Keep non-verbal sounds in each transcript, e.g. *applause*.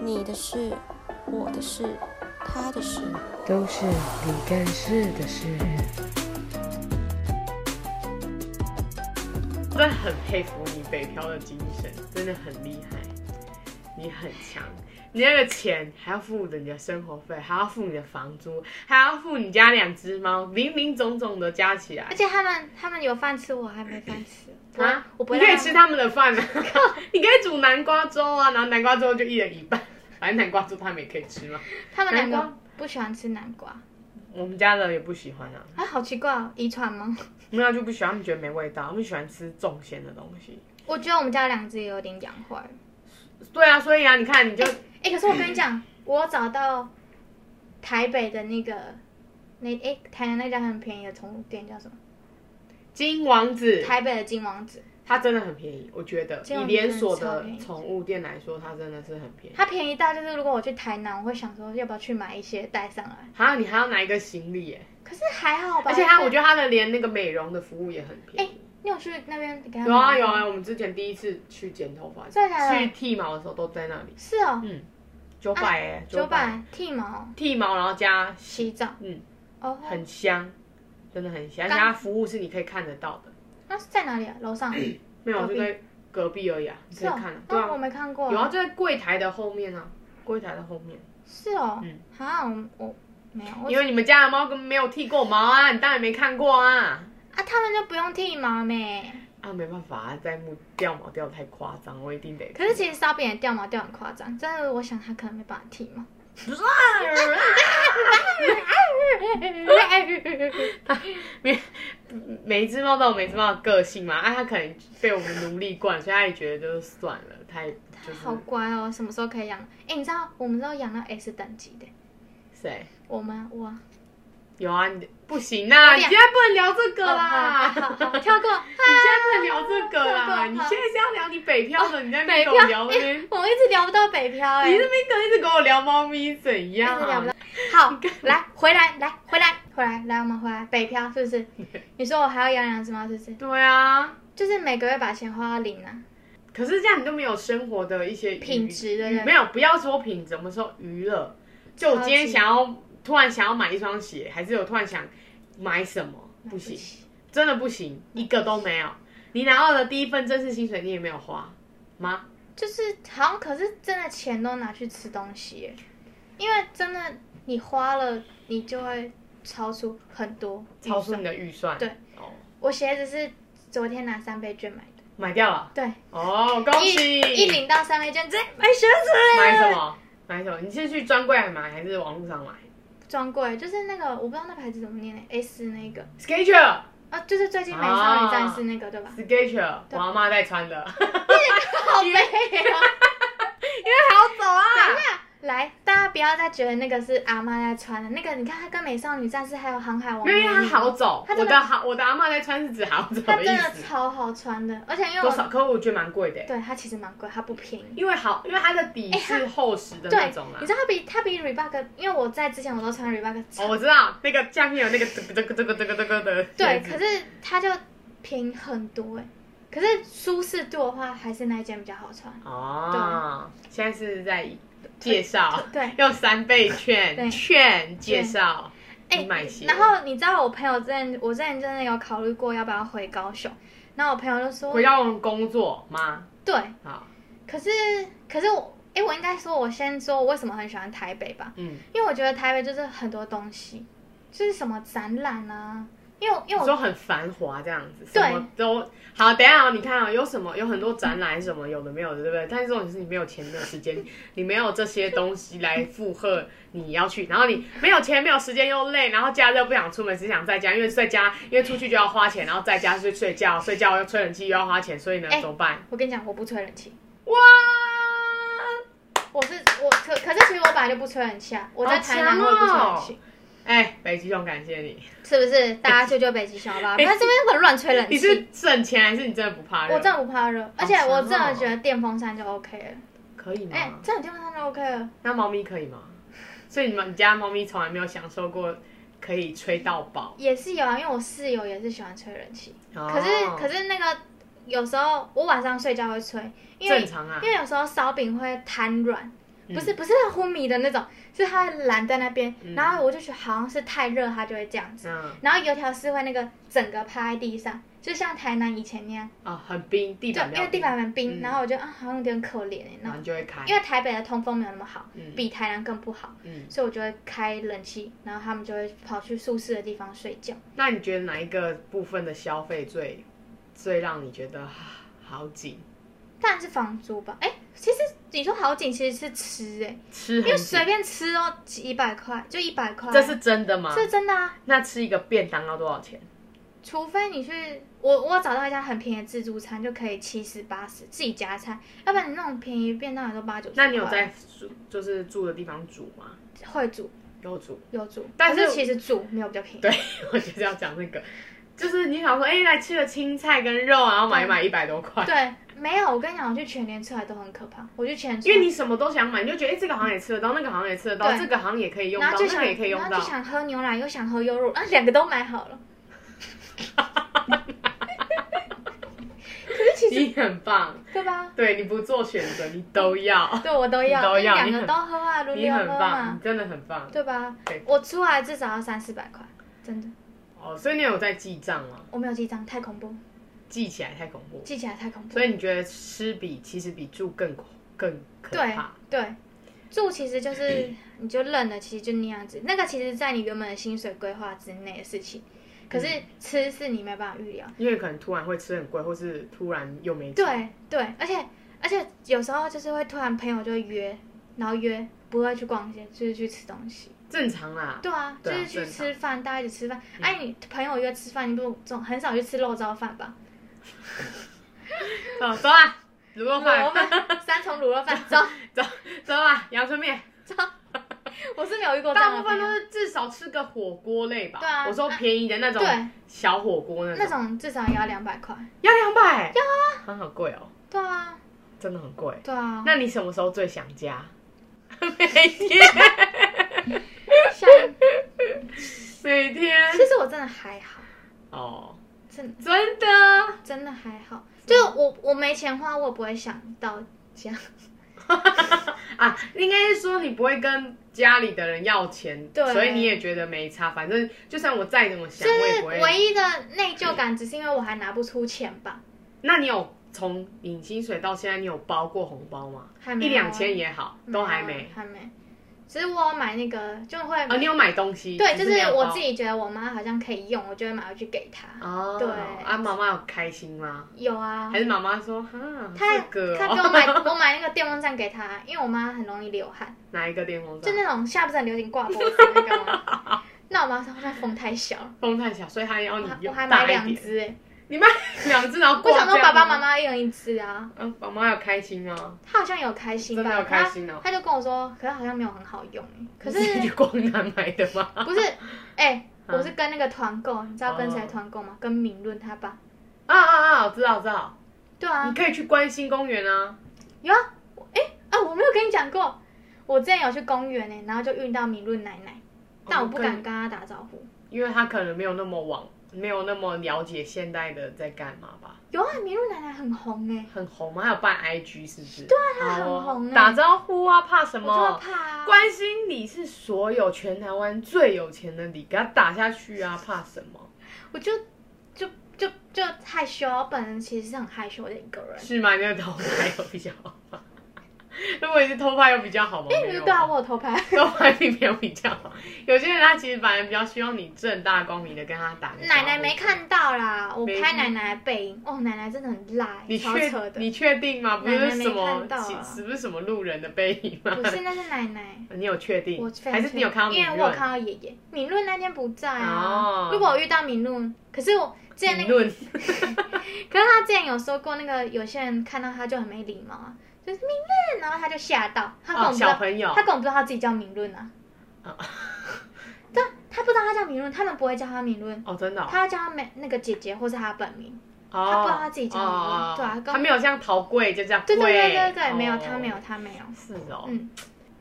你的事、我的事、他的事。都是你干事的事。真的很佩服你北漂的精神，真的很厉害，你很强。你那个钱还要付人家生活费，还要付你的房租，还要付你家两只猫，零零总总的加起来而，且他们他们有饭吃，我还没饭吃。啊我我不你会可以让吃他们的饭啊， *laughs* 你可以煮南瓜粥啊，然后南瓜粥就一人一半，反正南瓜粥他们也可以吃嘛。他们两南个不喜欢吃南瓜，我们家的也不喜欢啊，啊，好奇怪哦，遗传吗？没有就不喜欢，他们觉得没味道，他们喜欢吃重咸的东西。我觉得我们家两只也有点养坏。对啊，所以啊，你看你就哎、可是我跟 *coughs* 你讲，我找到台北的那个那哎、台南那家很便宜的宠物店叫什么？金王子，台北的金王子，它真的很便宜，我觉得金以王子连锁真的超的便宜宠物店来说，它真的是很便宜。它便宜到就是如果我去台南，我会想说要不要去买一些带上来。啊，你还要拿一个行李耶，可是还好吧，而且它，我觉得得它的连那个美容的服务也很便宜。你有去那边给他有啊买有吗啊，我们之前第一次去剪头发，真的假的去剃毛的时候都在那里，是哦，嗯，九百哎，啊九百百剃毛剃毛，然后加洗澡，嗯，哦，很香，真的很香，而且刚它服务是你可以看得到的，那是在哪里啊？楼上没有隔就壁在隔壁而已啊，哎你可是以哦看的，，对那我啊，没看过，有啊，就在柜台的后面啊，柜台的后面，是哦嗯，好，我我没有，我因为你们家的猫根本没有剃过毛啊，你当然没看过啊。啊，他们就不用剃毛咩。啊，没办法啊，在木掉毛掉得太夸张，我一定得。可是其实烧饼的掉毛掉很夸张，真的，我想他可能没办法剃毛。啊每 *laughs* 每一只猫都有每一只猫的个性嘛，啊，它可能被我们奴隶惯，所以它也觉得就是算了，它也就是 *laughs* 好乖哦，什么时候可以养？哎、你知道我们都养到 S 等级的，谁我吗？我啊有啊，你不行啊，我你俩现在不能聊这个啦，好好好跳过。 *laughs* 你现在不能聊这个好啦，好你现在是要聊你北漂的，你在那北边跟我聊漂，那哎边， *laughs* 我一直聊不到北漂哎、你那边跟一直跟我聊猫咪怎一样直聊不啊到？。好，来回来来回来回来来，我们回来北漂是 *laughs* 不是？你说我还要养两只猫是不是？对啊，就是每个月把钱花到零啊。可是这样你都没有生活的一些娱品质对不娱对没有，不要说品质，我们说娱乐。就我今天想要突然想要买一双鞋，还是有突然想买什么，不行，真的不行，一个都没有。你拿到的第一份正式薪水，你也没有花吗？就是好像可是真的钱都拿去吃东西耶，因为真的你花了，你就会超出很多。超出你的预算，对，哦，我鞋子是昨天拿三倍券买的，买掉了，对，哦，恭喜！一一领到三倍券直接买鞋子了。买什？么？买什么？你是去专柜买还是网络上买专柜就是那个我不知道那牌子怎么念的 S 那个？Skechers，Skechers，啊，就是最近美少女战士那个、对吧？我阿妈在穿的，好美啊！好走啊！来，大家不要再觉得那个是阿妈在穿的，那个你看它跟美少女战士还有航海王，因为它好，走，它我真的的好，我的阿妈在穿是指好走它的嗯真意的思。超好穿的，而且因为多我少？可我觉得蛮贵的欸，对它其实蛮贵，它不便宜。因为好，因为它的底是厚实的那对种，啦啊你。知道它比它比 Reebok，因为我在之前我都穿 Reebok，哦，我知道那个下面有那个这个这个这个这个这个的。对，可是它就便宜很多哎、可是舒适度的话，还是那一件比较好穿。哦，现在是在介绍，对用三倍券对哎券介绍，你买鞋，然后你知道我朋友之前，我之前真的有考虑过要不要回高雄，然后我朋友就说，回到我们工作吗？对，好，可是可是我，哎、我应该说，我先说我为什么很喜欢台北吧，嗯，因为我觉得台北就是很多东西，就是什么展览啊，因为你因为我说很繁华这样子，对什么都好。等一下、哦，你看啊、有什么有很多展览什么有的没有的，对不对？但是重点是你没有钱，没有时间，你没有这些东西来负荷你要去，然后你没有钱，没有时间又累，然后假日又不想出门，只想在家，因为在家因为出去就要花钱，然后在家睡睡 *laughs* 觉，睡觉又吹冷气又要花钱，所以呢、哎怎么办？我跟你讲，我不吹冷气，哇！我是我可可是其实我本来就不吹冷气啊，我在台南好强哦我也不吹冷气，哎、北极熊，感谢你。是不是？大家救救北极熊吧，不要这边很乱吹冷你是气。省钱还是你真的不怕热？哎我真的不怕热，而且强哦我真的觉得电风扇就 OK 了。可以吗？哎、真的电风扇就 OK 了。那猫咪可以吗？所以你们家猫咪从来没有享受过可以吹到饱。也是有啊，因为我室友也是喜欢吹冷气，可是哦可是那个有时候我晚上睡觉会吹，因为正常啊嗯因，为有时候烧饼会瘫软，不是不是他昏迷的那种，是他懒在那边，然后我就觉得好像是太热，他就会这样子。嗯然后油条是会那个整个趴在地上，就像台南以前那样，啊，很冰，地就板因为比地较板蛮嗯冰，然后我就啊好像有点可怜哎、冰，然然后后你就会开，因为台北的通风没有那么好，嗯比台南更不好，嗯，所以我就会开冷气，然后他们就会跑去宿舍的地方睡觉。那你觉得哪一个部分的消费最最让你觉得啊好紧？当然是房租吧，哎、其实你说好景其实是吃哎、吃因为很紧随，便吃哦几百块就一百块，这是真的吗？这真的啊。那吃一个便当要多少钱？除非你去我我找到一家很便宜的自助餐，就可以七十八十自己加餐，要不然你那种便宜便当也都八九十。那你有在啊住就是住的地方煮吗？会煮有煮， *laughs* 有煮，但是可是其实煮没有比较便宜。对，我就是要讲那个，就是你想说，哎、来吃了青菜跟肉，然后买一买一百多块，对没有，我跟你讲，我去全年出来都很可怕。我去全年出因来，为你什么都想买，你就觉得哎、这个好像也吃得到，那个好像也吃得到，嗯对这个好像也可以用然到，后就那想个也可以用然到后就。想喝牛奶，又想喝优酪乳，啊，两个都买好了。可是其 *laughs* 实你很棒， *laughs* 对吧？对，你不做选择，你都 *laughs* 要，对我都要，你都要两你个很都喝啊，轮你流很喝棒，嘛你，真的很棒。对吧对？我出来至少要三四百块，真的，哦，所以你有在记账吗？我没有记账，太恐怖。记起来太恐怖，记起来太恐怖。所以你觉得吃比其实比住更恐更可对怕？对，住其实就是 *clears throat* 你就认了，其实就那样子。那个其实，在你原本的薪水规划之内的事情，嗯可是吃是你没办法预料。因为可能突然会吃很贵，或是突然又没钱。对对，而且而且有时候就是会突然朋友就约，然后约不会去逛街，就是去吃东西。正常啦。对啊，就对啊啊是去正常吃饭，大家一起吃饭。哎、你朋友约吃饭，你不总很少去吃肉燥饭吧？哦，走啊，卤肉卤肉饭，饭，三重卤肉饭，走走 *laughs* 走啊，阳春面。走。我是没有遇过这样大的部分朋友都是至少吃个火锅类吧。对啊我说便宜的那种对小火锅那那种，种至少也要两百块。要两百，要啊，很好贵哦，对啊，真的很贵。对啊。那你什么时候最想 *laughs* 家？每天，像，每天。其实我真的还好，哦，真真的，真的还好。就是我我没钱花，我也不会想到家。啊，应该是说你不会跟家里的人要钱，对所以你也觉得没差。反正就算我再怎么想，就我也是不会。唯一的内疚感，只是因为我还拿不出钱吧，那你有从领薪水到现在，你有包过红包吗？还没啊嗯一有啊两千也好，都还没。还没。只是我有买那个就会、哦，你有买东西？对，只就是没有我包自。己觉得我妈好像可以用，我就会买回去给她。哦，对啊，妈妈有开心吗？有啊还，是妈妈说，哈，她这个她哦给 *laughs* 我买我买那个电风扇给她，因为我妈很容易流汗，哪一个电风就扇？那种下不是很流行挂脖子那个吗？ *laughs* 那我妈说好像风太小了，风太小，所以她要你我还我用还嗯大一买点。两只哎。你买两只，然后 *laughs* 我想说说爸爸妈，妈一人一只啊，嗯，爸妈有开心哦。他好像有开心吧？真的有开心哦他他就跟我说，可是好像没有很好用欸 *laughs* 可是你去光南买的吗？不是？哎、嗯我是跟那个团购，你知道跟哦谁团购吗？跟敏润他爸。 *laughs* 啊啊啊！我知道，我知道。对你啊，可以去关心公园啊。有啊，我哎、啊，我没有跟你讲过，我之前有去公园呢、然后就遇到敏润奶奶，哦但我不敢跟她打招呼。因为他可能没有那么往，没有那么了解现代的在干嘛吧。有啊，敏润奶奶很红哎、很红吗？还有办 IG 是不是？对啊她很红欸打招呼啊，怕什我就会么？怕啊。关心你是所有全台湾最有钱的你，给他打下去啊，怕什么？我就就就就害羞，我本人其实是很害羞的一个人。是吗？你的偷拍有比较好吗？ *laughs* 如果你是偷拍有比较好吗？哎、没有对啊，吧我有偷拍。偷拍并没有比较好。有些人他其实反而比较希望你正大光明的跟他打个招呼。奶奶没看到啦，我没拍奶奶的背影，哦，奶奶真的很辣、你超确扯的。你确定吗？不是什奶奶没么看到啊其是不是什么路人的背影吗？不是，那是奶奶， *laughs* 你有确定我？非常还是你有看到确定敏因为我有润？看到爷爷，敏润那天不在啊。哦如果我遇到敏润，可是我之前那敏个，润，可是他之前有说过，那个有些人看到他就很没礼貌啊，就是敏润，然后他就吓到，他根哦，本不知道，小朋友他，根本不知道他自己叫敏润啊。哦 *laughs* 但他不知道他叫敏润，他们不会叫他敏润，哦，真的哦，他要叫他美那个姐姐或是他本名。哦他不知道他自己叫敏润哦对啊跟他没有像陶贵就这样对贵，对对对对，没有哦他没有，他没有。是哦，嗯，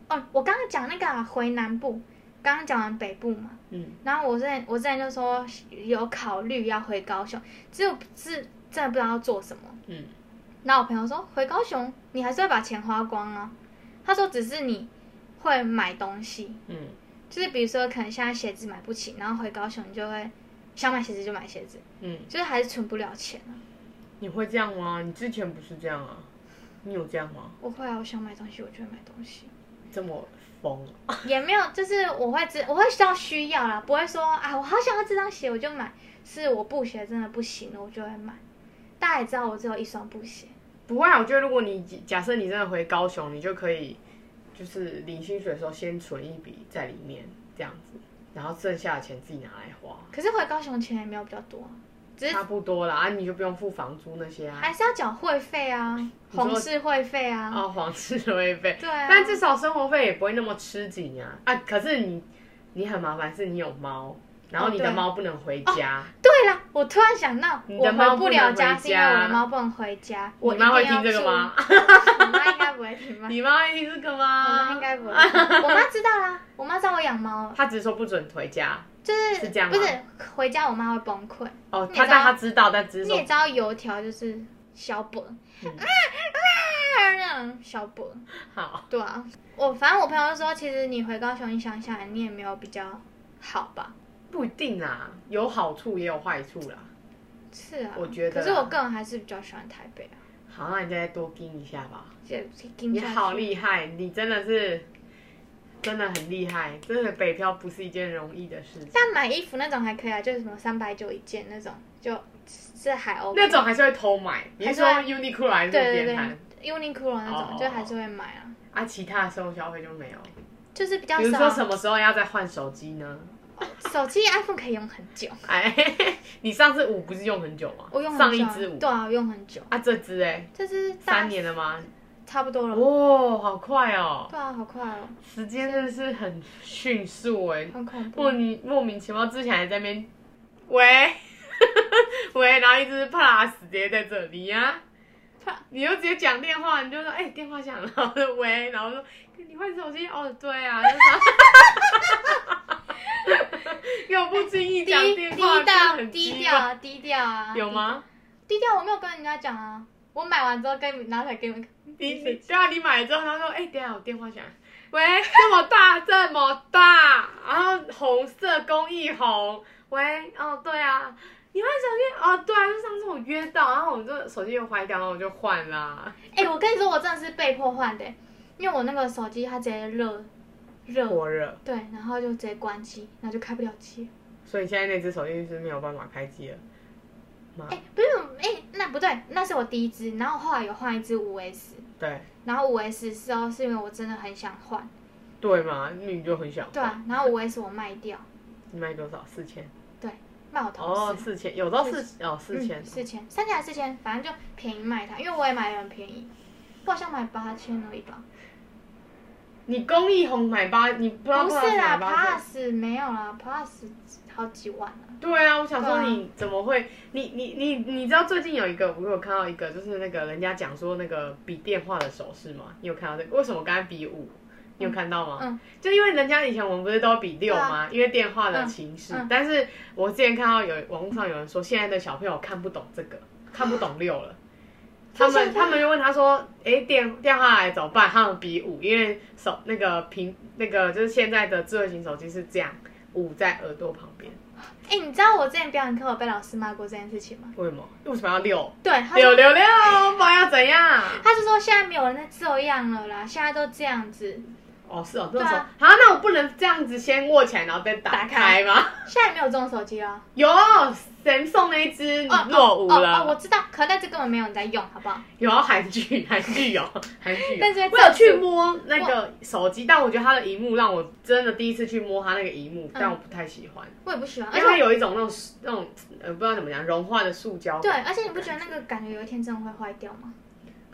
哦，我刚刚讲那个啊、回南部，刚刚讲完北部嘛，嗯，然后我之前我之前就说有考虑要回高雄，只有是真的不知道要做什么。嗯，然后我朋友说回高雄，你还是会把钱花光啊。他说只是你会买东西，嗯，就是比如说可能现在鞋子买不起，然后回高雄你就会想买鞋子就买鞋子，嗯，就是还是存不了钱啊。你会这样吗？你之前不是这样啊？你有这样吗？我会啊，我想买东西我就会买东西，这么疯啊？也没有就是我会知我会需要需要啦，不会说啊我好想要这双鞋我就买，是我布鞋真的不行了我就会买。大家也知道我只有一双布鞋，不会啊，我觉得如果你假设你真的回高雄，你就可以就是领薪水的时候先存一笔在里面，这样子，然后剩下的钱自己拿来花，可是回高雄钱也没有比较多啊，只是差不多啦，啊，你就不用付房租那些啊。还是要缴会费啊，说红事会费 *laughs* 啊。啊，皇室的会费，对啊但至少生活费也不会那么吃紧啊。啊，可是你，你很麻烦，是你有猫，然后哦你的对猫不能回家，对了，我突然想到，你我的猫回不了家不能回家是因为我的猫不能回家。我你妈会一定听要这个吗？住？我妈应该不会听吧？你妈会听这个我吗？妈应该不会听。啊我妈知道啦，我妈知道我养猫了，她只是说不准回家。就是是这样吗不是回家我妈会崩溃。哦，你也她知道但她知道，但只是你也说知道油条就是小本，嗯啊啊那种小本，好。对啊。我反正我朋友说，其实你回高雄，你想想，你也没有比较好吧？不一定啦，有好处也有坏处啦。是啊，我觉得可是我个人还是比较喜欢台北啊，好，那你再多盯一下吧。这你你好厉害，你真的是，真的很厉害。真的北漂不是一件容易的事情，但买衣服那种还可以啊，就是什么三百九一件那种，就是还 OK。那种还是会偷买。你是说还 Uniqlo 还是路对对边对摊？ ，Uniqlo 那种、哦就还是会买啊，啊，其他的生活消费就没有。就是比较比如少说啊。什么时候要再换手机呢？ *laughs* 手机 iPhone 可以用很久，哎， *laughs* 你上次五不是用很久吗？我用很上久一啊、支五对啊，我用很久，啊，这支哎，这是大三年了吗？差不多了。哦，好快哦，对啊，好快哦，时间真的是很迅速哎，很恐怖莫。名莫名其妙，之前还在那边喂 *laughs* 喂，然后一直 plus 直接在这里呀、啪你就直接讲电话，你就说哎、电话响了， *laughs* 然后就喂，然后说你换手机哦，对啊， *laughs* 就是又不经意低讲低 *laughs* 电话，真的调很低奇调怪，啊，低调啊，有吗？低？低调我没有跟人家讲啊，我买完之后跟你们拿出来给你们看。 *laughs* 你你对啊，你买了之后，他说哎、等一下我电话响了，喂， *laughs* 这么大这么大，然后红色公益红，喂，哦对啊。你换手机哦，对啊，就上次我约到，然后我就手机又坏掉，然后我就换啦。哎、我跟你说，我真的是被迫换的、因为我那个手机它直接热热火热，对，然后就直接关机，然后就开不了机。所以现在那只手机是没有办法开机了。妈哎、，不是，哎、那不对，那是我第一只，然后后来有换一只五 S，对然后五 S 时候是因为我真的很想换，对嘛，那你就很想对啊，然后五 S 我卖掉，你卖多少？四千？卖我同哦，事，四千，有到四哦四千嗯，四千，三千还是四千，反正就便宜卖它，因为我也买的很便宜，我好像买八千而已吧，你公益红买八，你不知道不是买啦八千，Plus 没有啦，Plus 好几万啊，对啊，我想说对啊你怎么会？你你你你知道最近有一个，我有看到一个，就是那个人家讲说那个比电话的手势吗？你有看到这个？为什么我刚才比五？你有看到吗？嗯就因为人家以前我们不是都比六对啊吗？因为电话的形式。嗯嗯但是我之前看到有网络上有人说，现在的小朋友看不懂这个，看不懂六 *gasps* 了。他真们的他们就问他说：“诶，电电话来怎么办？”他们比五，因为手那个屏那个就是现在的智慧型手机是这样，五在耳朵旁边。哎、你知道我之前表演课有被老师骂过这件事情吗？为什么？为什么要六？对，他六说六六，不然要怎样？他就说现在没有人在这样了啦，现在都这样子，哦，是哦，这对种啊好，那我不能这样子先握起来，然后再打打开开吗？现在没有这种手机了。有，Samsung 那一只落伍哦哦哦，我了，知道，可那这根本没有人在用，好不好？有韩剧，韩剧 *laughs* 有，韩剧有。哦但是在我有去这摸那个手机，但我觉得它的荧幕让我真的第一次去摸它那个荧嗯幕，但我不太喜欢，我也不喜欢，而因为它且有一种那种那种呃不知道怎么讲融化的塑胶。对，，而且你不觉得那个感觉有一天真的会坏掉吗？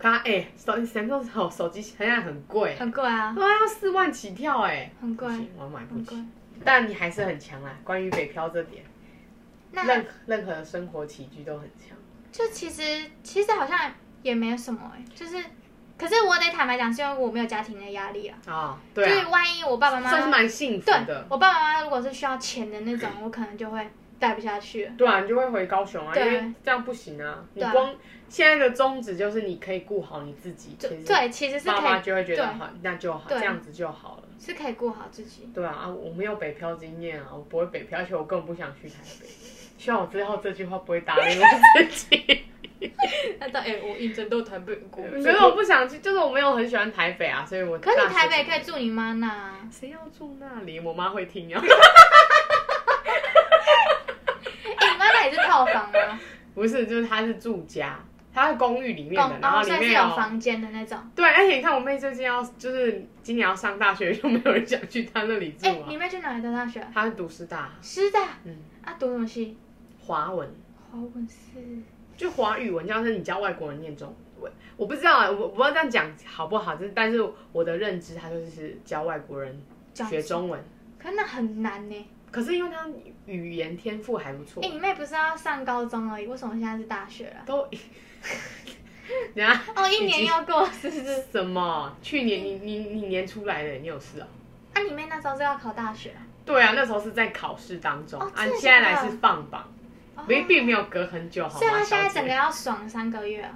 它哎手 Samsung 手手机现在很贵，很贵啊，都要四万起跳哎，很贵不，行我买不很起贵。。但你还是很强啦。关于北漂这点，那任任何生活起居都很强。就其实其实好像也没有什么哎、就是，可是我得坦白讲，是因为我没有家庭的压力啊，啊，就对是啊，万一我爸爸妈算是妈。蛮幸福对的，我爸爸妈妈如果是需要钱的那种，我可能就会待不下去了。对啊，你就会回高雄啊，因对为这样不行啊。你对啊光现在的宗旨就是你可以顾好你自己，就其实对，其实是爸可妈以，就会觉得对好，那就好，对这样子就好了。是可以顾好自己。对啊啊，我没有北漂经验啊，我不会北漂，而且我更不想去台北。希望我之后这句话不会打脸我自 *laughs* 己。那到哎，我应征到台北过可是我不想去，就是我没有很喜欢台北啊，所以我可是你台大学北可以住你妈那，谁要住那里？我妈会听啊。哎，你妈那也是套房啊吗？不是，就是她是住家，她是公寓里 *laughs* 面的，公然后哦，里所以面是有房间的那种。对，而且你看我妹最近要就是今年要上大学，就没有人想去她那里住哎，啊你。妹去哪里读大学？啊她是读师大，师大嗯，啊，读什么系？华文华文系。就华语文，像是你教外国人念中文，我不知道啊，我我不知道这样讲好不好，就是但是我的认知，她就是教外国人这样学中文。可那很难呢。可是因为她语言天赋还不错哎、，你妹不是要上高中而已，为什么现在是大学了？都， *laughs* 人家哦，一已年经要过是不是？什么？去年你你你年出来的，你有事哦？啊，你妹那时候是要考大学啊？对啊，那时候是在考试当中，哦啊，真的现在来假的是放榜，哦没并没有隔很久，好所以吗？她哦啊现在小姐整个要爽三个月啊，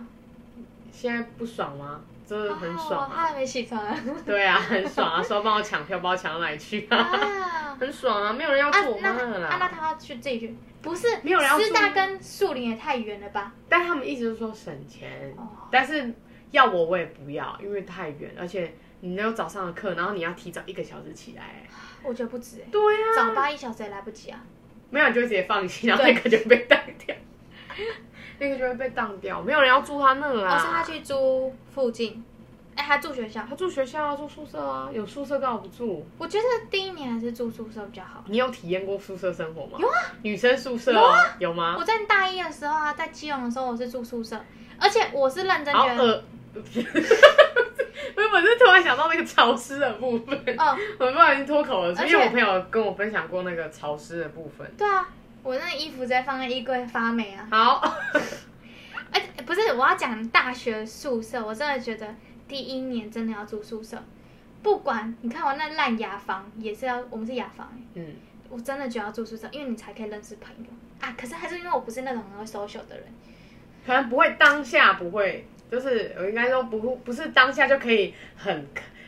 现在不爽吗？真的很哦爽她啊！还没起床啊。对啊，很爽啊！说帮我抢票，帮我抢到哪里去啊？*laughs* *laughs* 啊很爽啊！没有人要啊住我妈那那啊那啦。她要去自己去，不是没有人要师大住跟树林也太远了吧？但他们一直都说省钱，哦，但是要我我也不要，因为太远，而且你有早上的课，然后你要提早一个小时起来。我觉得不止哎、对啊，早八一小时也来不及啊。没有你就会直接放弃，然后对那个就被当掉， *laughs* 那个就会被当掉，没有人要住他那啦。哦，是她去租附近，哎、她住学校。他住学校啊，住宿舍啊，有宿舍干嘛不住？我觉得第一年还是住宿舍比较好。你有体验过宿舍生活吗？有啊啊，女生宿舍哦，有吗我？在大一的时候啊，在基隆的时候，我是住宿舍，而且我是认真好觉得，恶， *laughs* 我我是突然想到那个潮湿的部分，哦，我不小心脱口而出，而且因为我朋友跟我分享过那个潮湿的部分。对啊，我那衣服直接放在衣柜发霉啊！好，哎、不是，我要讲大学宿舍，我真的觉得第一年真的要住宿舍，不管你看我那烂雅房也是要，我们是雅房、欸，嗯，我真的觉得要住宿舍，因为你才可以认识朋友啊。可是还是因为我不是那种很会 social 的人，可能不会当下不会，就是我应该说不不是当下就可以很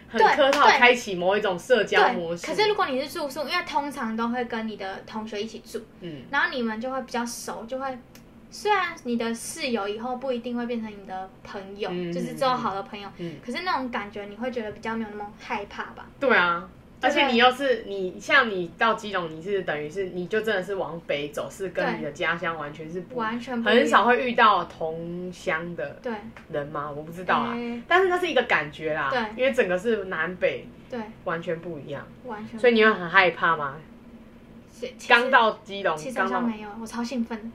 很对客套对开启某一种社交模对。式。可是如果你是住宿，因为通常都会跟你的同学一起住，嗯，然后你们就会比较熟，就会虽然你的室友以后不一定会变成你的朋友，嗯就是之后好的朋友，嗯可是那种感觉你会觉得比较没有那么害怕吧？对啊。对而且你又是你，像你到基隆，你是等于是你就真的是往北走，是跟对你的家乡完全是不完全不一样很少会遇到同乡的对人吗？我不知道啦，啊哎但是那是一个感觉啦，对因为整个是南北对，完全不一样，完全。所以你会很害怕吗？其嗯其实刚到基隆其，实好刚到像没有，我超兴奋的，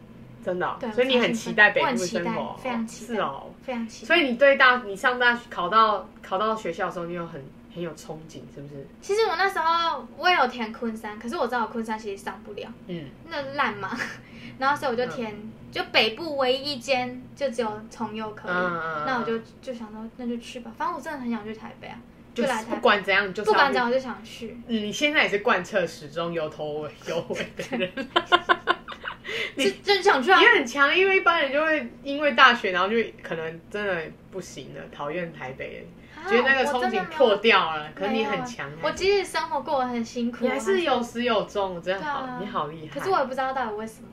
真的哦、对所以你很期待北我部很的期生待活哦，非常期待是哦。非常期待。所以你对大你上大学考到考到学校的时候，你有很很有憧憬，是不是？其实我那时候我也有填昆山，可是我知道我昆山其实上不了，嗯，那烂嘛。 *laughs* 然后所以我就填、就北部唯一一间就只有重佑可以，嗯嗯嗯哦那我就就想说那就去吧，反正我真的很想去台北啊，就来是台不北。管怎样，你就是不要管去怎样，我就想去。嗯你现在也是贯彻始终有头尾有尾的 *laughs* 人，你就就想去啊你！很强，因为一般人就会因为大学，然后就可能真的不行了，讨厌台北人，啊觉得那个我憧真的憬没有破掉了。可是没你有很强，啊我即使生活过得很辛苦，你还是有始有终，我真的对啊好，你好厉我害。还是。可是我也不知道到底为什么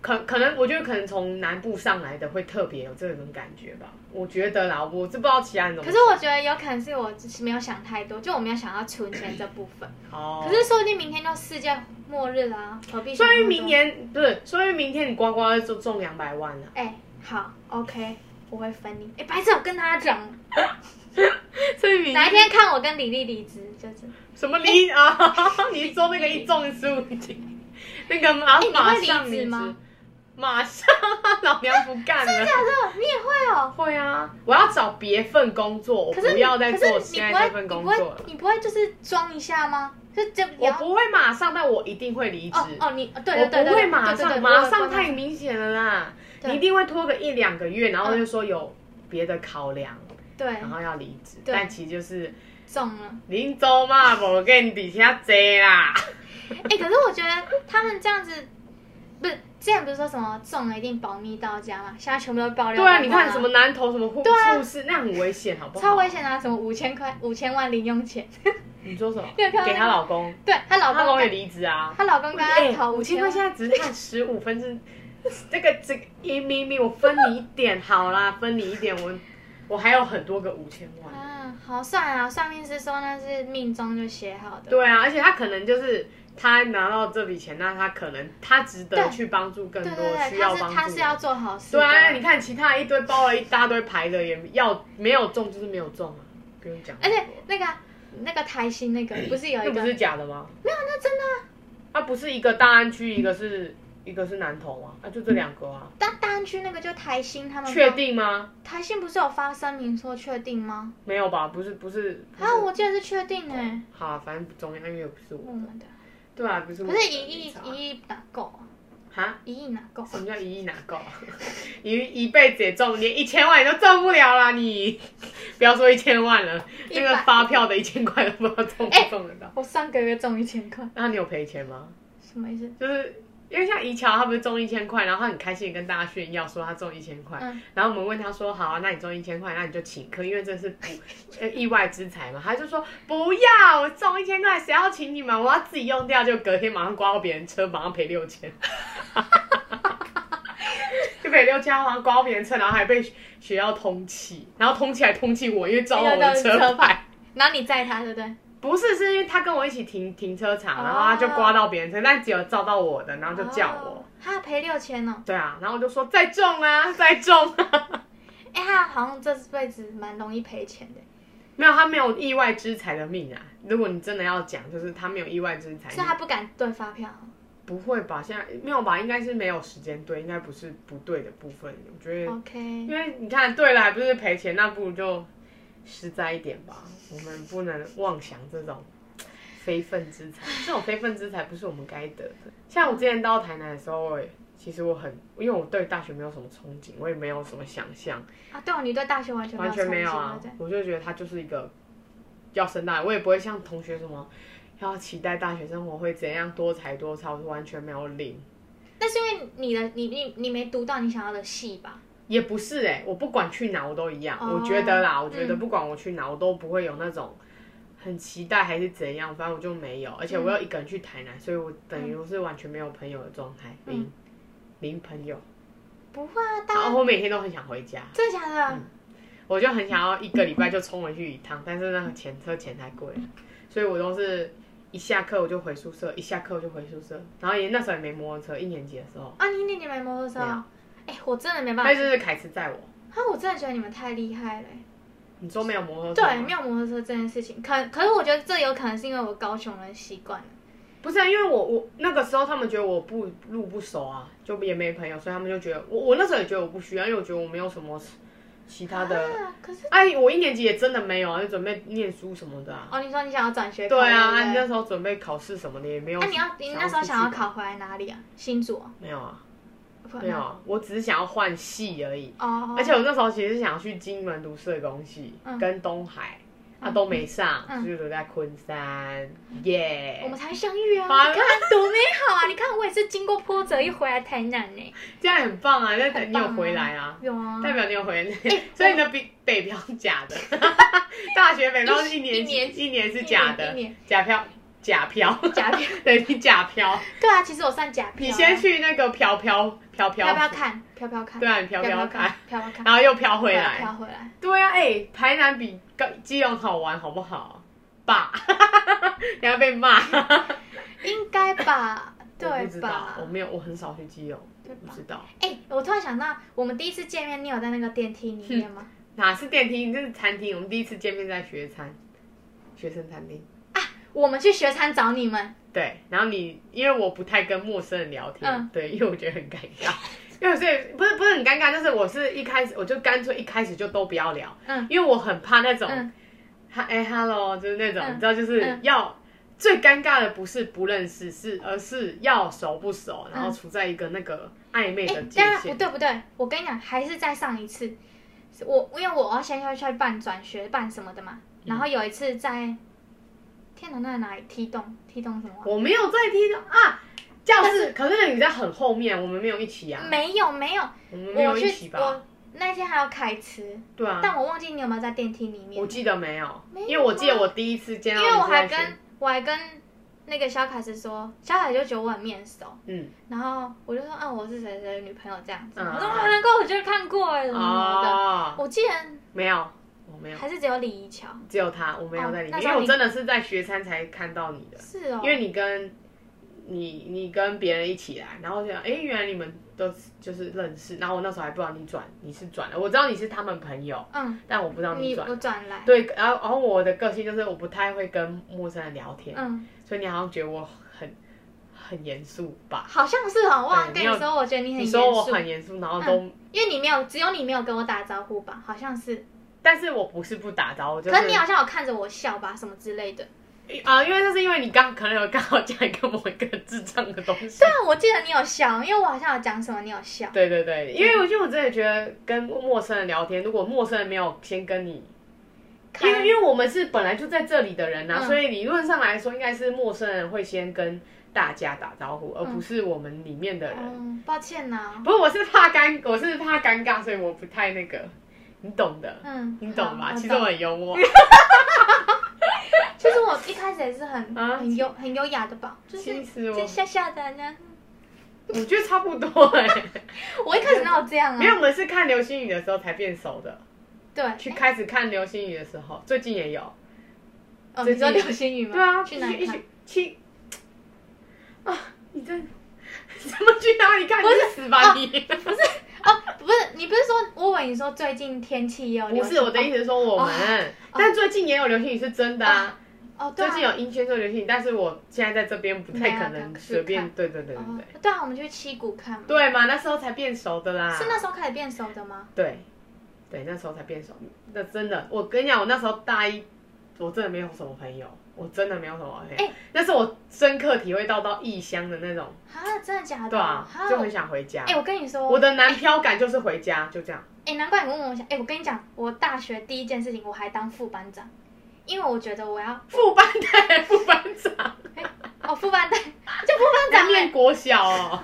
欸、可可能我觉得可能从南部上来的会特别有这种感觉吧，我觉得啦，我是不知道其他人怎么可想。是我觉得有可能是我只是没有想太多，就我没有想到存钱这部分。哦，可是说不定明天就世界末日啦、何必说想那么多？明明年不是，说明明天你刮刮就中两百万了、哎、好，OK，我会分你。哎、白痴，我跟他讲，所以明哪一天看我跟李丽离职，就是什么离哎啊？你说那个一中十五斤，那个马、哎你会马上离职离职吗？马上啊，老娘不干了。假的，你也会哦。会啊，我要找别份工作，我可是不你要再做可是你现不在会这份你工不作会了。你不会就是装一下吗？就就我不会马上，但我一定会离职哦。哦，你对对对我对，不会马对对上，对马我上也不会太明显了啦。对嗯你一定会拖个一两个月，然后就说有别的考量，对然后要离职。对但其实就是中了。临走嘛，无跟底下坐啦。哎、可是我觉得他们这样子，不是之前不是说什么中了一定保密到家嘛？现在全部都爆料对到家啊，了。你看什么南投什么护对啊护士，那很危险，好不好？超危！险啊！什么五千块、五千万零用钱？ *laughs* 你说什么？你有看到那个给她老公，对她她老公老公也跟离职啊。她老公跟她啊讨五千5000块万现在只是看十五分之，这个这个一咪咪，我分你一点好啦，分你一点，我我还有很多个五千万。啊，好算啊，算命师说那是命中就写好的。对啊，而且他可能就是他拿到这笔钱，那他可能他值得对去帮助更对多对需对，他要是帮他助是的要。做好事的。对啊，你看其他一堆包了一大堆牌的，也要没有中就是没有中啊，不用讲那而么多。且那个啊那个台新那个不是有那一不个是假的吗？没有那真的啊，啊，不是一个大安区，一个是一个是南投啊，啊就这两个啊，但大安区那个就台新他们确定吗？台新不是有发声明说确定吗？没有吧？不是不是不啊，是我记得是确定哎、好啊，反正不重要，因为不是我我。们的对啊，不是我不的。是一没亿差一亿哪够啊？哈？一亿哪够啊？什么叫一亿哪够啊？ *laughs* 一一辈子也中，连一千万也都中不了啦！你 *laughs* 不要说一千万了，那一百哎个发票的一千块都不知道中不中得到。我上个月中一千块，那你有赔钱吗？什么意思？就是因为像怡乔，他不是中一千块，然后他很开心的跟大家炫耀说他中一千块，嗯然后我们问他说，好啊，那你中一千块，那你就请客，因为这是不呃意外之财嘛，他就说不要，我中一千块，谁要请你们？我要自己用掉，就隔天马上刮到别人车，马上赔六千。 *laughs* 就赔六千，然后刮到别人车，然后还被学校通气，然后通气还通气我，因为招我的车牌。然后你载他对不对？不是，是因为他跟我一起停停车场，哦然后他就刮到别人车，但只有照到我的，然后就叫我。哦，他赔六千哦。对啊，然后我就说再中啊，再中、啊。 *laughs* 哎、他好像这辈子蛮容易赔钱的，没有，他没有意外之财的命啊。如果你真的要讲，就是他没有意外之财。所以他不敢对发票。不会吧？现在没有吧？应该是没有时间对，应该不是不对的部分。我觉哦得，因 OK，为你看对了还不是赔钱，那不如就实在一点吧。我们不能妄想这种非分之财，这种非分之财不是我们该得的。像我之前到台南的时候，我也其实我很，因为我对大学没有什么憧憬，我也没有什么想象。啊，对哦，你对大学完全没有完全没有憧憬啊对不！我就觉得他就是一个要升大学，我也不会像同学什么要期待大学生活会怎样多才多操，我是完全没有领。对那是因为你的你你你没读到你想要的系吧？也不是哎、我不管去哪我都一样。哦我觉得啦，我觉得嗯不管我去哪，我都不会有那种很期待还是怎样，反正我就没有。而嗯且我要一个人去台南，所以我等于我是完全没有朋友的状态，嗯零、零朋友。不会啊，大然后我嗯每天都很想回家，真的假的？我就很想要一个礼拜就冲回去一趟，但是那个钱车钱太贵了，所以我都是一下课我就回宿舍，一下课我就回宿舍，然后也那时候也没摩托车，一年级的时候，啊，你一年级没摩托车没有啊？哎、我真的没办那法。就是凯斯载我。啊，我真的觉得你们太厉害了欸、你说没有摩托车吗？对，没有摩托车这件事情，可可是我觉得这有可能是因为我高雄人习惯了。不是、啊，因为我我那个时候他们觉得我不路不熟啊，就也没朋友，所以他们就觉得我我那时候也觉得我不需要，因为我觉得我没有什么其他的。啊，可是哎、我一年级也真的没有啊，就准备念书什么的啊。哦，你说你想要转学考？对啊，对啊不你对那时候准备考试什么的也没有。啊，你要你那时候想要出去考回来哪里啊？新竹、哦？没有啊？不没有啊，我只是想要换系而已。哦，而且我那时候其实是想要去金门读社工系，嗯跟东海，啊都没上，嗯所以留在昆山，耶、我们才相遇啊！好你看多美好啊！你看我也是经过波折一回来台南呢、这样很棒啊！那等你有很棒啊回来啊，有啊，代表你有回来， *laughs* 所以你的北北漂是假 *laughs* 的，大学北漂是一年一年一年是假的一年一年，假漂假漂，假票。 *laughs* 对你假漂，对啊，其实我算假票啊。你先去那个飘飘飘飘飘飘，看，飘飘看，对啊，你飘飘看，，飘飘看，然后又飘回对来飘，回来。对啊，哎、台南比高基隆好玩，好不好？爸， *laughs* 你要被骂。应该吧，我对不知道吧，？我没有，我很少去基隆，对不吧知道哎、我突然想到，我们第一次见面，你有在那个电梯里面吗？哪是电梯，这是餐厅。我们第一次见面在学餐，学生餐厅。我们去学餐找你们，对，然后你因为我不太跟陌生人聊天，嗯对，因为我觉得很尴尬， *laughs* 因为所以不是不是很尴尬，但是我是一开始我就干脆一开始就都不要聊，嗯因为我很怕那种，嗯哈哎、hello，就是那种、嗯你知道，就是嗯要、最尴尬的不是不认识，是而是要熟不熟，然后嗯处在一个那个暧昧哎、的界当然限。不对不对，我跟你讲，还是再上一次，是我因为我要先要去办转学办什么的嘛，嗯然后有一次在，天哪，那在哪里？梯洞，梯洞什么啊？我没有在听啊，教室，可是那个你在很后面，我们没有一起啊，没有没有，我们没有我一起去吧我？那天还有凯慈，对啊，但我忘记你有没有在电梯里面我，记得没有，没有啊因为我记得我第一次见因到为我你是在还学，跟我还跟那个小凯慈说，小凯就觉得我很面熟，嗯然后我就说，嗯，我是谁谁的女朋友这样子，嗯我说好难怪我就看过了什么的，哦，嗯我记得没有，我没有，还是只有李怡乔，只有他，我没有在里哦那面，时因候为我你真的是在学餐才看到你的，是哦，因为你跟你你跟别人一起来，然后就想，哎，原来你们都是就是认识，然后我那时候还不知道你转你是转了，我知道你是他们朋友，嗯，但我不知道你你转我。转来，对，然后然后我的个性就是我不太会跟陌生人聊天，嗯，所以你好像觉得我很很严肃吧？好像是哦，我好像对跟你有你说，我觉得你很你严说我肃，嗯很严肃，然后都，因为你没有，只有你没有跟我打招呼吧，好像是，但是我不是不打招呼，就可是你好像有看着我笑吧，什么之类的。啊、因为那是因为你刚可能有刚好讲一个某一个智障的东西。但我记得你有笑，因为我好像有讲什么，你有笑。对对对，因为我就我真的觉得跟陌生人聊天，如果陌生人没有先跟你，因看为因为我们是本来就在这里的人呐、嗯所以理论上来说，应该是陌生人会先跟大家打招呼，而不是我们里面的人。嗯，抱歉呐、不是，我是怕尴，我是怕尴尬，所以我不太那个，你懂的，嗯，你懂吧？好其实我，很幽 *laughs* 默，懂其实我一开始也是很、啊很优很优雅的吧，就其是实就我笑笑的呢。我觉得差不多哎、我一开始哪有这样啊？没有，我们是看流星雨的时候才变熟的，对，去哎开始看流星雨的时候，最近也有，哦，最你说近流星雨吗？对啊，去哪一里看起？去啊，你这 *laughs* 怎么去哪里看？不是你死吧哦你！哦，不是，你不是说我问你说最近天气也有流不星？ *laughs* 是我的意思是说我们，但最近也有流星雨是真的啊，哦，最对啊，近有阴天做流星雨，但是我现在在这边不太可没有没能有随便去，看对对对对哦对。对啊，我们去七谷看嘛。对啊嘛，那时候才变熟的啦。是那时候开始变熟的吗？对，对，那时候才变熟。那真的，我跟你讲，我那时候大一，我真的没有什么朋友，我真的没有什么朋友。哎但是我深刻体会到到异乡的那种，啊，真的假的？对啊，哈就很想回家。哎、我跟你说，我的南漂感就是回家，就这样。哎、难怪你问我想，哎、我跟你讲，我大学第一件事情，我还当副班长，因为我觉得我要副班带，副班长，哦副班长 *laughs* 就副班在长念嘞。国小哦。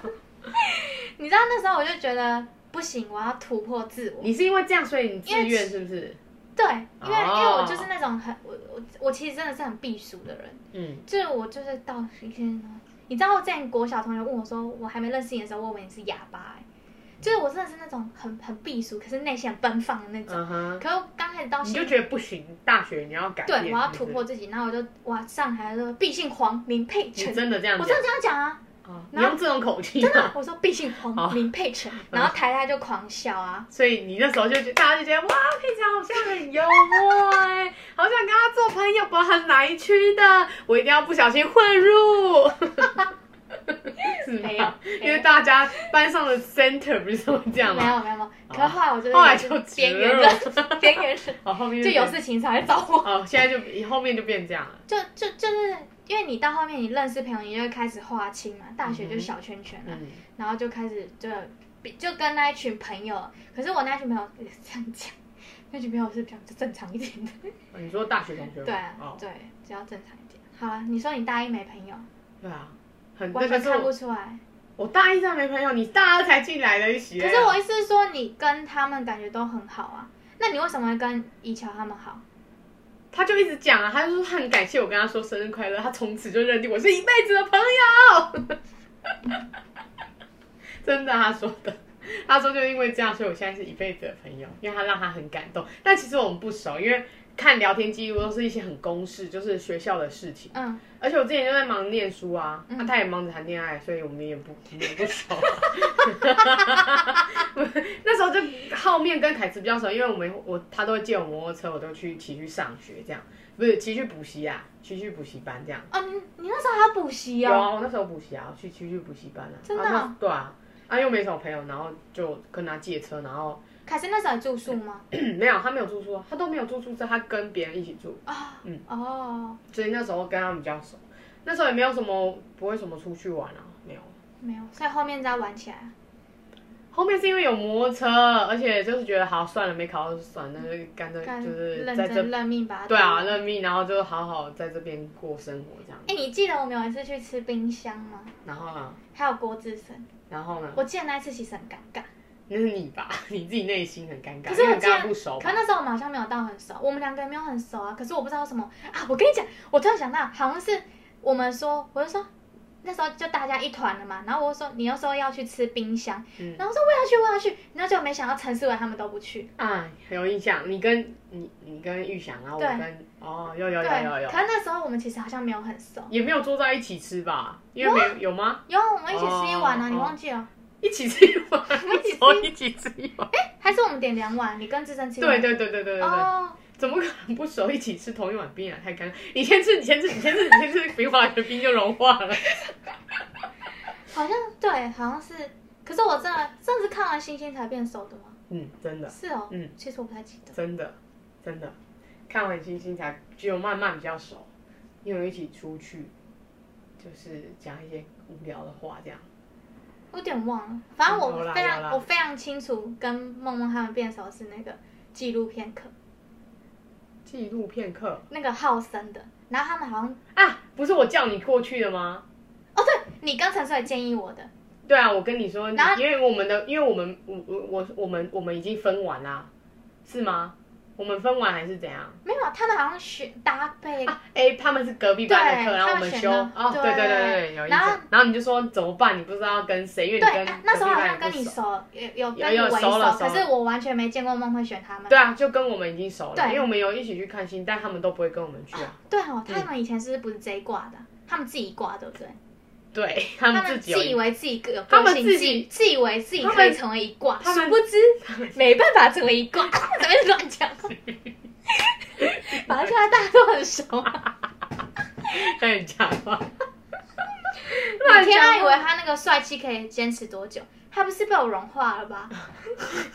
你知道那时候我就觉得不行，我要突破自我。你是因为这样，所以你自因为愿其是不是？对，因为、哦因为我就是那种很我我我其实真的是很避暑的人，嗯，就是我就是到一天，你知道我之前国小同学问我说，我还没认识你的时候，我以为你是哑巴、欸，就是我真的是那种很很避暑，可是内心很奔放的那种。嗯哼，可是我刚开始到你现就觉得不行，大学你要改变，对，我要是突不是破。自己，然后我就哇上台说必姓黄，名佩你辰，真的这样我讲真的这样讲啊，哦你然后用这种口气啊真的 *laughs* 吗，我说必姓好黄，名佩辰，嗯然后台下就狂笑啊，所以你那时候就觉得大家就觉得哇，佩强好像很幽默哎、好想跟他做朋友，不管他是哪一区的，我一定要不小心混 *laughs* 入。是没有吗？没有因为大家班上的 center 不是都这样没吗？有没有没有，可是后来我就是哦后来就边植缘入 *laughs* 人，边缘人哦，后面就有变事情才来找我，哦，现在就后面就变这样了。就就就是因为你到后面你认识朋友，你就会开始划清嘛，大学就小圈圈了，嗯，然后就开始就就跟那一群朋友，可是我那一群朋友也是这样讲，那群朋友是比较正常一点的。哦你说大学同学吗对啊、哦，对，只要正常一点。好啊，你说你大一没朋友，对啊，很完那个全是看不我出来。我大一真的没朋友，你大二才进来的一起。可是我意思是说，你跟他们感觉都很好啊，那你为什么会跟以乔他们好？他就一直讲啊，他就说他很感谢我跟他说生日快乐，他从此就认定我是一辈子的朋友。 *laughs* 真的，他说的，他说就因为这样，所以我现在是一辈子的朋友，因为他让他很感动。但其实我们不熟，因为看聊天记录都是一些很公事，就是学校的事情。嗯，而且我之前就在忙念书啊，那、嗯他也忙着谈恋爱，所以我们也不 *laughs* 也不熟、那时候就后面跟凯子比较熟，因为我们我他都会借我摩托车，我都去骑去上学这样，不是骑去补习啊，骑去补习班这样。哦，你你那时候还要补习有哦，啊，我那时候补习啊，我去骑去补习班啊。真的啊啊那对啊，啊又没什么朋友，然后就跟他借车，然后 *clears throat* 凯森那时候有住宿吗？没有他没有住宿啊，他都没有住宿舍，他跟别人一起住，啊、嗯哦，所以那时候跟他们比较熟。那时候也没有什么不会什么出去玩啊，没有。没有，所以后面再玩起来啊。后面是因为有摩托车，而且就是觉得好算了，没考到就算了，那就干脆干就是认在这真认命吧。对啊认命，然后就好好在这边过生活这样。哎、你记得我们有一次去吃冰箱吗？然后呢？还有郭志森，然后呢？我记得那一次其实很尴尬，那是你吧， *laughs* 你自己内心很尴尬，可是因为我你记跟得他，不熟吧可是那时候我们好像没有到很熟，我们两个也没有很熟啊。可是我不知道为什么啊，我跟你讲，我突然想到，好像是我们说，我就说那时候就大家一团了嘛，然后我就说你又说要去吃冰箱，嗯然后我说我要去我要去，然后就没想到陈思维他们都不去，啊，很有印象。你跟你你跟玉祥，然后我对跟哦，有有有有对，有可，是那时候我们其实好像没有很熟。也没有坐在一起吃吧？因为有没有吗？有，我们一起吃一碗啊，哦你忘记了？一起吃一碗， *laughs* 一起吃 *laughs* 我一起吃一碗。还是我们点两碗？你跟志胜吃一对碗？对对对对对对，哦，怎么可能不熟一起吃同一碗冰啊？太尴尬！你先吃，你先吃，你先吃，你先吃，冰化的冰就融化了。好像对，好像是。可是我真的，真的是看完星星才变熟的吗？嗯，真的，是哦，嗯，其实我不太记得。真的，真的，看完星星才只有慢慢比较熟，因为一起出去，就是讲一些无聊的话这样。我有点忘了，反正嗯有我啦非有啦常我非常清楚，跟梦梦他们变熟是那个纪录片课，纪录片课那个浩森的。然后他们好像，啊，不是我叫你过去的吗？哦对，你跟陈帅建议我的，对啊，我跟你说，然后因为我们的，因为我们我我我我们我们已经分完啦，是吗？我们分完还是怎样？没有，啊他们好像选搭配，啊，哎、他们是隔壁班的课，对然后我们他们选修的哦，对对对对对，有印然后象。然后你就说怎么办？你不知道跟谁，因为你对，跟啊那时候隔好壁班也像跟不你熟熟，有有有跟你有微熟了熟可了是我完全没见过梦会选他们。对啊，就跟我们已经熟了，对因为我们有一起去看星，但他们都不会跟我们去啊。对哦，他们以前是不是不是这一挂的？他们自己挂，对不对？对他他们们自己自以有，为自己有他个们性，自自己自以为自己他们可以成为一挂，他们殊不知没办法成为一 *laughs* 挂，怎么乱讲话？反正现在大家都很熟啊。 *laughs* 跟你讲 *laughs* 话。你天乱爱讲啊以话为他那个帅气可以坚持多久？他不是被我融化了吧？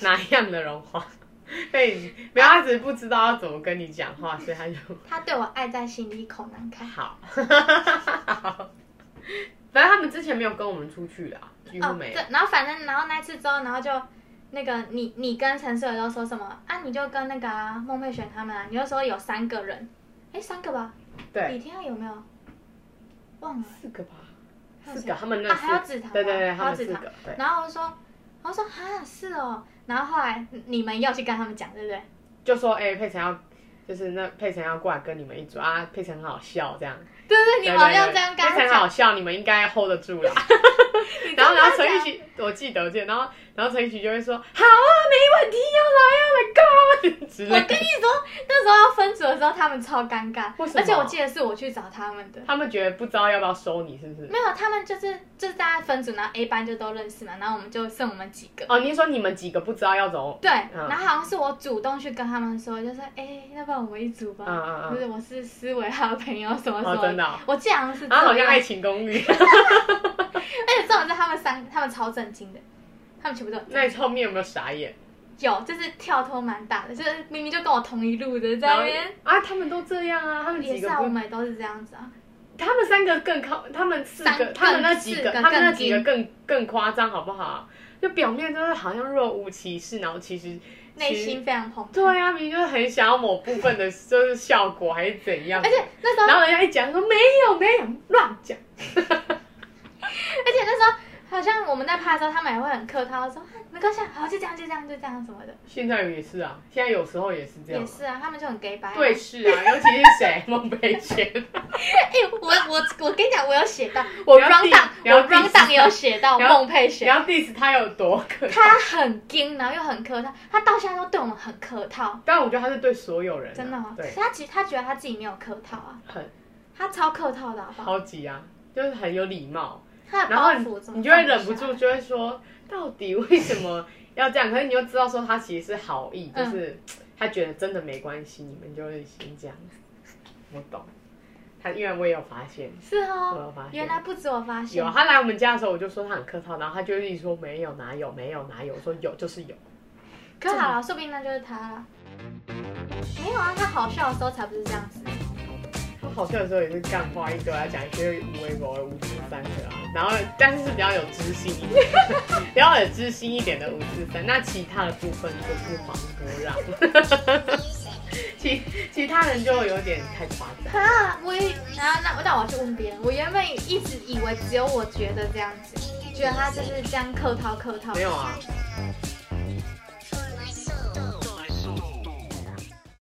哪样的融化？ *laughs* 被你没有，他只是不知道要怎么跟你讲 *laughs* 话，所以他就他对我爱在心里，口难开。好。 *laughs* 反正他们之前没有跟我们出去啦，几乎哦，没有。对，然后反正然后那次之后，然后就那个你你跟陈思伟都说什么啊？你就跟那个啊孟佩璇他们啊，你就说有三个人，哎，三个吧？对李天爱有没有？忘了，四个吧，还有四谁个，他们那啊，还有四紫个，堂啊，对对对，他还有们紫四堂。个，对，然后我就说，我说啊是哦，然后后来你们又去跟他们讲，对不对？就说哎，佩晨要，就是那佩晨要过来跟你们一组啊，佩晨很好笑这样，对对，你们好对对像对这样跟佩他晨很好讲，笑，你们应该 hold 得住啦。 *laughs* 你然后，跟然后他陈奕讲迅，我记得，我记得，然后，然后陈奕迅就会说：“好啊，没问题，要来啊，来干啊之我类跟你的。说，那时候要分组的时候，他们超尴尬为什，么而且我记得是我去找他们的。他们觉得不知道要不要收你，是不是？没有，他们就是就是大家分组，然后 A 班就都认识嘛，然后我们就剩我们几个。哦，你是说你们几个不知道要走？对，嗯然后好像是我主动去跟他们说，就说，哎，要不然我们一组吧？嗯嗯嗯不是，我是思维还有朋友什么什么。哦，真的、哦。我记得好像是这然样。后好像《爱情公寓》， *laughs* 而且重点是他们三，他们超震惊的，他们全部都那你后面有没有傻眼？有，就是跳脱蛮大的，就是明明就跟我同一路的，在然那后边。啊，他们都这样啊，他们也几是个啊，我不，们也都是这样子啊。他们三个更靠，他们四三个，更他们那几个，四个他们那更几个更更夸张，好不好？就表面就是好像若无其事，然后其实内其实心非常澎湃。对啊，明明就是很想要某部分的，就是效果还是怎样的？而且那时候然后人家一讲说没有没有乱讲， *laughs* 而且那时候好像我们在拍的时候，他们也会很客套，说啊没关系啊，好就这样就这样就这样什么的。现在也是啊，现在有时候也是这样、也是啊，他们就很 gay 白。对，是啊，尤其是谁孟培轩，哎、我我我跟你讲，我有写 *laughs* 到，不我要 round down， diss，不要我 round diss down 也有写到不要孟佩你璇，要 diss 他有多可怕？她很硬，然后又很客套，她到现在都对我们很客套，但我觉得他是对所有人啊、真的、哦。对，她其实她觉得她自己没有客套啊，很她超客套的好不好？超级啊，就是很有礼貌，她 *laughs* 的然包后袱怎你么你就会放下忍不住就会说，到底为什么要这样？可是你又知道说他其实是好意，就嗯是他觉得真的没关系，你们就会先这样，我懂。他因为我也有发现，是我有哦发现，原来不止我发现，有啊，他来我们家的时候，我就说他很客套，然后他就一直说没有哪有没有哪有，我说有就是有。可好了，说不定那就是她啦。没有啊，她好笑的时候才不是这样子。好我跑跳的时候也是干话一堆啊，讲一些无为狗的五四三的啊，然后但是是比较有知性一点，比较有知性一点的五四三，那其他的部分就是黄渤让， *laughs* 其其他人就有点太夸张。啊，我也，然后那那我要去问别人，我原本一直以为只有我觉得这样子，觉得他就是这样客套客套。没有啊，